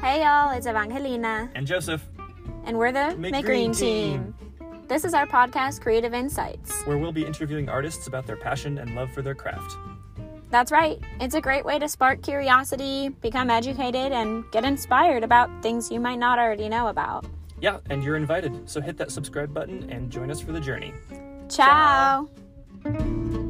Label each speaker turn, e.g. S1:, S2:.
S1: Hey y'all, it's Evangelina,
S2: and Joseph,
S1: and we're the
S2: Make
S1: Make Green
S2: Green
S1: Team. This is our podcast, Creative Insights.
S2: where we'll be interviewing artists about their passion and love for their craft.
S1: That's right, it's a great way to spark curiosity, become educated, and get inspired about things you might not already know about.
S2: Yeah, and you're invited, so hit that subscribe button and join us for the journey.
S1: Ciao.
S2: Ciao.